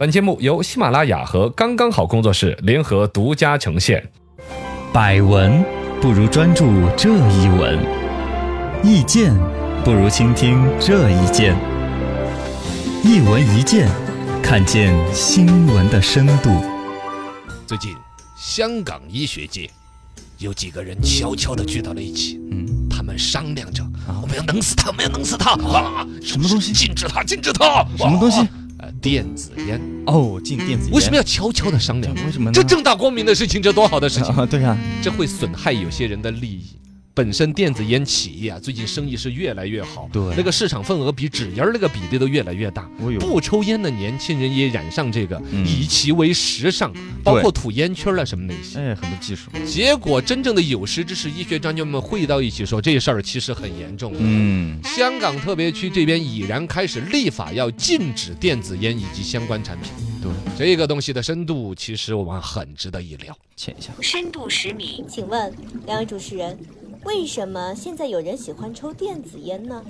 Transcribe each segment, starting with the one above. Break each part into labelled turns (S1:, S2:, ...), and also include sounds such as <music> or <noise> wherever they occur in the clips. S1: 本节目由喜马拉雅和刚刚好工作室联合独家呈现。
S2: 百闻不如专注这一闻，意见不如倾听这一见。一闻一见，看见新闻的深度。
S3: 最近，香港医学界有几个人悄悄地聚到了一起，
S2: 嗯，
S3: 他们商量着，我们要弄死他，我们要弄死他啊！
S2: 啊什么东西
S3: 禁止他，禁止他！
S2: 什么东西
S3: 哇？呃，电子烟。
S2: 哦，进电子烟
S3: 为什么要悄悄地商量？
S2: 为什么呢
S3: 这正大光明的事情，这多好的事情！
S2: 啊？对啊，
S3: 这会损害有些人的利益。本身电子烟企业啊，最近生意是越来越好，
S2: 对
S3: 那个市场份额比纸烟儿那个比例都越来越大。
S2: 我有
S3: 不抽烟的年轻人也染上这个，
S2: 嗯
S3: 以其为时尚，包括吐烟圈儿啊什么那些。
S2: 哎，很多技术，
S3: 结果真正的有识之士、医学专家们汇到一起说，这事儿其实很严重的。啊
S2: 嗯，
S3: 香港特别区这边已然开始立法，要禁止电子烟以及相关产品。
S2: 对，
S3: 这个东西的深度，其实我们很值得一聊。
S2: 浅一下，
S4: 深度十米，
S5: 请问两位主持人，为什么现在有人喜欢抽电子烟呢？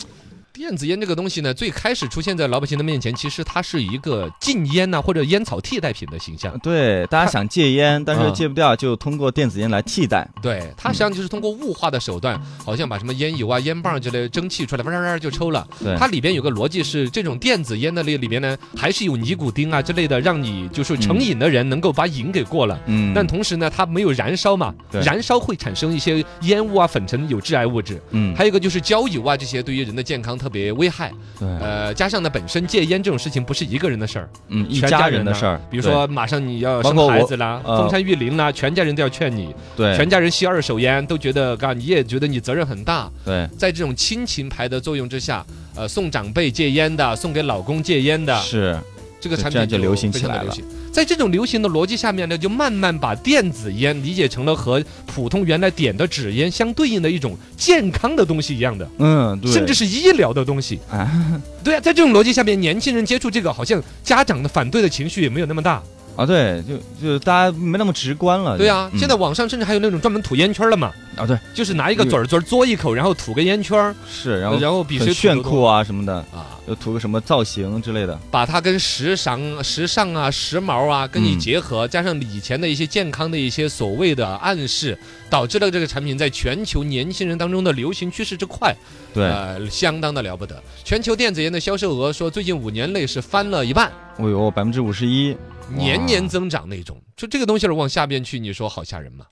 S3: 电子烟这个东西呢，最开始出现在老百姓的面前，其实它是一个禁烟呐、或者烟草替代品的形象。
S2: 对，大家想戒烟，但是
S3: 啊
S2: 戒不掉，就通过电子烟来替代。
S3: 对，它实际上就是通过雾化的手段，好像把什么烟油啊、烟棒之类的蒸汽出来，哇哇哇就抽了。
S2: 对
S3: 它里边有个逻辑是，这种电子烟的里里面呢，还是有尼古丁啊之类的，让你就是成瘾的人能够把瘾给过了。
S2: 嗯，
S3: 但同时呢，它没有燃烧嘛
S2: 对，
S3: 燃烧会产生一些烟雾啊、粉尘，有致癌物质。
S2: 嗯，
S3: 还有一个就是焦油啊，这些对于人的健康特别危害。
S2: 对，
S3: 呃，加上呢，本身戒烟这种事情不是一个人的事儿，
S2: 嗯，一
S3: 全
S2: 家人的
S3: 呢
S2: 事儿，
S3: 比如说马上你要
S2: 包括
S3: 生
S2: 我
S3: 孩子啦，
S2: 呃
S3: 风山育林啦，全家人都要劝你，
S2: 对，
S3: 全家人吸二手烟都觉得，嘎，你也觉得你责任很大。
S2: 对
S3: 在这种亲情牌的作用之下，呃，送长辈戒烟的，送给老公戒烟
S2: 对
S3: 的，
S2: 是，
S3: 这个
S2: 这
S3: 产
S2: 这样
S3: 品
S2: 就流行
S3: 非
S2: 起
S3: 常地
S2: 来
S3: 流
S2: 了
S3: 行。在这种流行的逻辑下面呢，就慢慢把电子烟理解成了和普通原来点的纸烟相对应的一种健康的东西一样的，
S2: 嗯，对，
S3: 甚至是医疗的东西。
S2: 啊
S3: <laughs> 对啊，在这种逻辑下面，年轻人接触这个，好像家长的反对的情绪也没有那么大。
S2: 啊，对，就就大家没那么直观了。
S3: 对啊，
S2: 嗯
S3: 现在网上甚至还有那种专门吐烟圈儿的嘛，
S2: 啊，对，
S3: 就是拿一个嘴儿嘴儿嘬一口，然后吐个烟圈儿，
S2: 是，然后
S3: 然后比谁
S2: 很炫
S3: 吐得多
S2: 酷啊什么的，
S3: 啊，
S2: 又涂个什么造型之类的。
S3: 把它跟时尚、时尚啊、时髦啊跟你
S2: 嗯
S3: 结合，加上以前的一些健康的一些所谓的暗示，导致了这个产品在全球年轻人当中的流行趋势之快，
S2: 对，哦
S3: 呃，相当的了不得。全球电子烟的销售额说，最近五年内是翻了一半，
S2: 哎呦，百分之五十一，
S3: 年年增长那种。就这个东西儿往下边去，你说好吓人吗？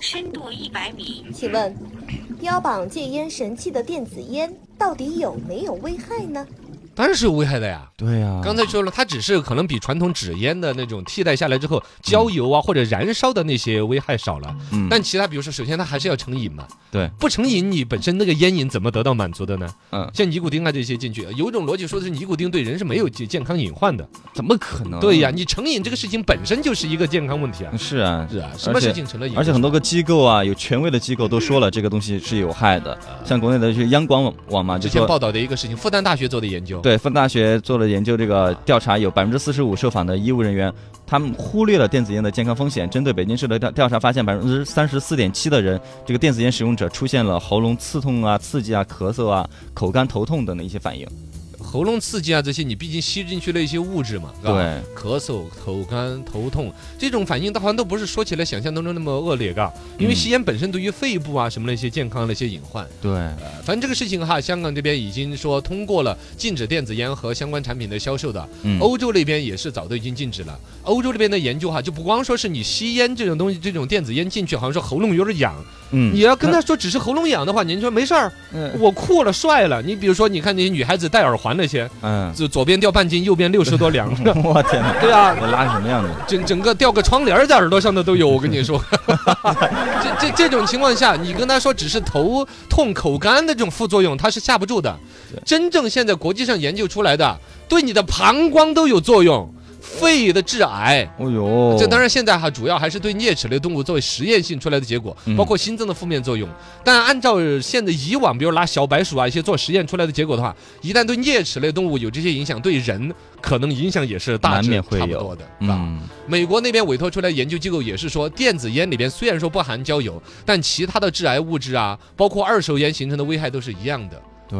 S4: 深度一百米，
S5: 请问，标榜戒烟神器的电子烟到底有没有危害呢？
S3: 当然是有危害的呀。
S2: 对呀、
S3: 刚才说了，它只是可能比传统纸烟的那种替代下来之后，焦油啊或者燃烧的那些危害少了。
S2: 嗯，
S3: 但其他，比如说，首先它还是要成瘾嘛，
S2: 对，
S3: 不成瘾，你本身那个烟瘾怎么得到满足的呢？
S2: 嗯，
S3: 像尼古丁啊这些进去，有一种逻辑说的是尼古丁对人是没有健健康隐患的。
S2: 怎么可能？
S3: 对呀，，你成瘾这个事情本身就是一个健康问题啊。
S2: 是啊，
S3: 是啊，什么事情成了瘾？
S2: 而且很多个机构啊，有权威的机构都说了这个东西是有害的，像国内的是央广网网嘛，就
S3: 之前
S2: 说。
S3: 报道的一个事情，复旦大学做的研究，
S2: 对，复旦大学做了研究，这个调查有百分之四十五受访的医务人员，他们忽略了电子烟的健康风险。针对北京市的调调查发现，百分之三十四点七的人，这个电子烟使用者出现了喉咙刺痛啊、刺激啊、咳嗽啊、口干头痛等的一些反应。
S3: 喉咙刺激啊这些，你毕竟吸进去了一些物质嘛，是吧，
S2: 对，
S3: 咳嗽、口干、头痛这种反应，它好像都不是说起来想象当中那么恶劣，嘎。因为
S2: 嗯
S3: 吸烟本身对于肺部啊什么那些健康的一些隐患，
S2: 对，
S3: 呃，反正这个事情哈，香港这边已经说通过了禁止电子烟和相关产品的销售的，
S2: 嗯，
S3: 欧洲那边也是早都已经禁止了。欧洲这边的研究哈，就不光说是你吸烟这种东西，这种电子烟进去，好像说喉咙有点痒，
S2: 嗯，
S3: 你要跟他说只是喉咙痒的话，你说没事儿，
S2: 嗯
S3: 我酷了帅了。你比如说，你看那些女孩子戴耳环那些，
S2: 嗯，
S3: 就左边掉半斤，右边六十多两，
S2: 我天哪，
S3: 对啊，
S2: 我拉成什
S3: <laughs>
S2: 么样子？
S3: 整整个掉个窗帘儿在耳朵上的都有，我跟你说， <laughs> 这这这种情况下，你跟他说只是头痛、口干的这种副作用，他是吓不住的。真正现在国际上研究出来的，对你的膀胱都有作用，肺的致癌。
S2: 哦呦，
S3: 这当然现在哈，主要还是对啮齿类动物作为实验性出来的结果
S2: 嗯，
S3: 包括新增的负面作用。但按照现在以往，比如拿小白鼠啊一些做实验出来的结果的话，一旦对啮齿类动物有这些影响，对人可能影响也是大
S2: 难
S3: 致
S2: 免会
S3: 差不
S2: 有
S3: 多的，是吧？
S2: 嗯，
S3: 美国那边委托出来研究机构也是说，电子烟里边虽然说不含焦油，但其他的致癌物质啊，包括二手烟形成的危害都是一样的。
S2: 对，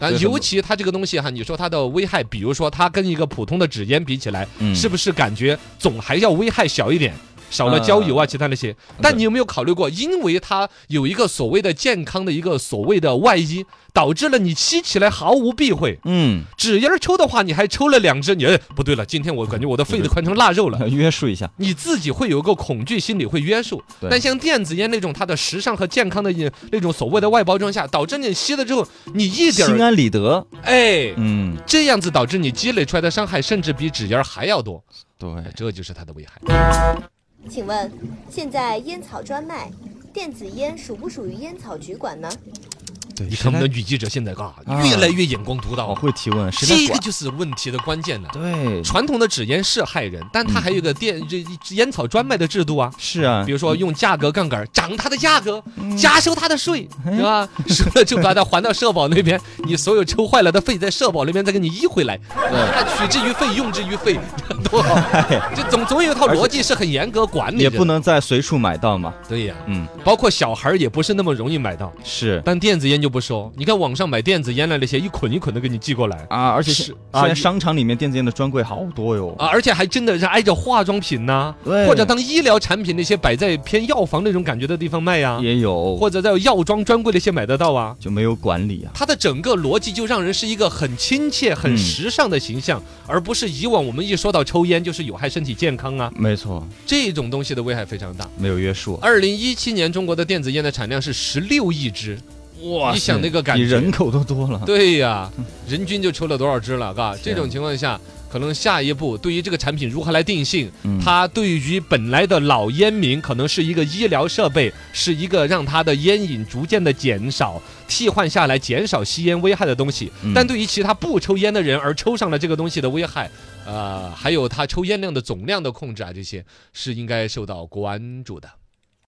S3: 但
S2: 对很
S3: 尤
S2: 多
S3: 其它这个东西哈，你说它的危害，比如说它跟一个普通的纸烟比起来，
S2: 嗯
S3: 是不是感觉总还要危害小一点？少了焦
S2: 嗯
S3: 油啊，其他那些。但你有没有考虑过，因为它有一个所谓的健康的一个所谓的外衣，导致了你吸起来毫无避讳。
S2: 嗯，
S3: 纸烟儿抽的话，你还抽了两支，你哎不对了，今天我感觉我的肺都快成腊肉了。
S2: 约束一下，
S3: 你自己会有一个恐惧心理，会约束。
S2: 对
S3: 但像电子烟那种，它的时尚和健康的一那种所谓的外包装下，导致你吸了之后，你一点
S2: 心
S3: 儿
S2: 安理得。
S3: 哎，
S2: 嗯，
S3: 这样子导致你积累出来的伤害，甚至比纸烟儿还要多。哎
S2: 对，
S3: 这就是它的危害。
S5: 请问，现在烟草专卖，电子烟属不属于烟草局管呢？
S2: 对，
S3: 你看我们
S2: 谁
S3: 的
S2: 来
S3: 女记者现在嘎
S2: 啊，
S3: 越来越眼光独
S2: 好
S3: 到，啊
S2: 会提问，谁
S3: 这
S2: 来
S3: 个
S2: 管？
S3: 就是问题的关键了。
S2: 对，嗯
S3: 传统的纸烟是害人，但它还有一个电这烟草专卖的制度啊。
S2: 是啊
S3: 比，如说用价格杠杆涨它的价格，
S2: 嗯
S3: 加收它的税，是
S2: <laughs>
S3: 吧？收了就把它还到社保那边，你所有抽坏了的费在社保那边再给你医回来，那取之于费，用之于费， <laughs> 多
S2: <laughs>
S3: 好！这总总有一套逻辑是很严格管理
S2: 也
S3: 的，
S2: 不能在随处买到嘛。
S3: 对呀。
S2: 嗯，
S3: 包括小孩儿也不是那么容易买到，
S2: 是
S3: 但电子烟就不说。你看网上买电子烟的那些，一捆一捆的给你寄过来
S2: 啊，而且
S3: 是
S2: 现
S3: 啊
S2: 现在
S3: 一
S2: 商场里面电子烟的专柜好多哟。
S3: 啊，而且还真的是挨着化妆品呐、
S2: 对
S3: 或者当医疗产品那些摆在偏药房那种感觉的地方卖呀、
S2: 也有，
S3: 或者在药妆专柜那些买得到啊。
S2: 就没有管理啊。
S3: 它的整个逻辑就让人是一个很亲切、很
S2: 嗯
S3: 时尚的形象，而不是以往我们一说到抽烟就是有害身体健康啊，
S2: 没错，
S3: 这种东西的危害非常大。
S2: 没有约束。
S3: 二零一七年中国的电子烟的产量是十六亿支，
S2: 哇
S3: 你想那个感
S2: 比
S3: 觉，
S2: 人口都多了。
S3: 对呀，
S2: 嗯
S3: 人均就抽了多少支了，嘎？这
S2: 天
S3: 种情况下，可能下一步对于这个产品如何来定性，
S2: 嗯
S3: 它对于本来的老烟民，可能是一个医疗设备，是一个让它的烟瘾逐渐的减少、替换下来、减少吸烟危害的东西。
S2: 嗯
S3: 但对于其他不抽烟的人而抽上了这个东西的危害，呃，还有他抽烟量的总量的控制啊，这些是应该受到关注的。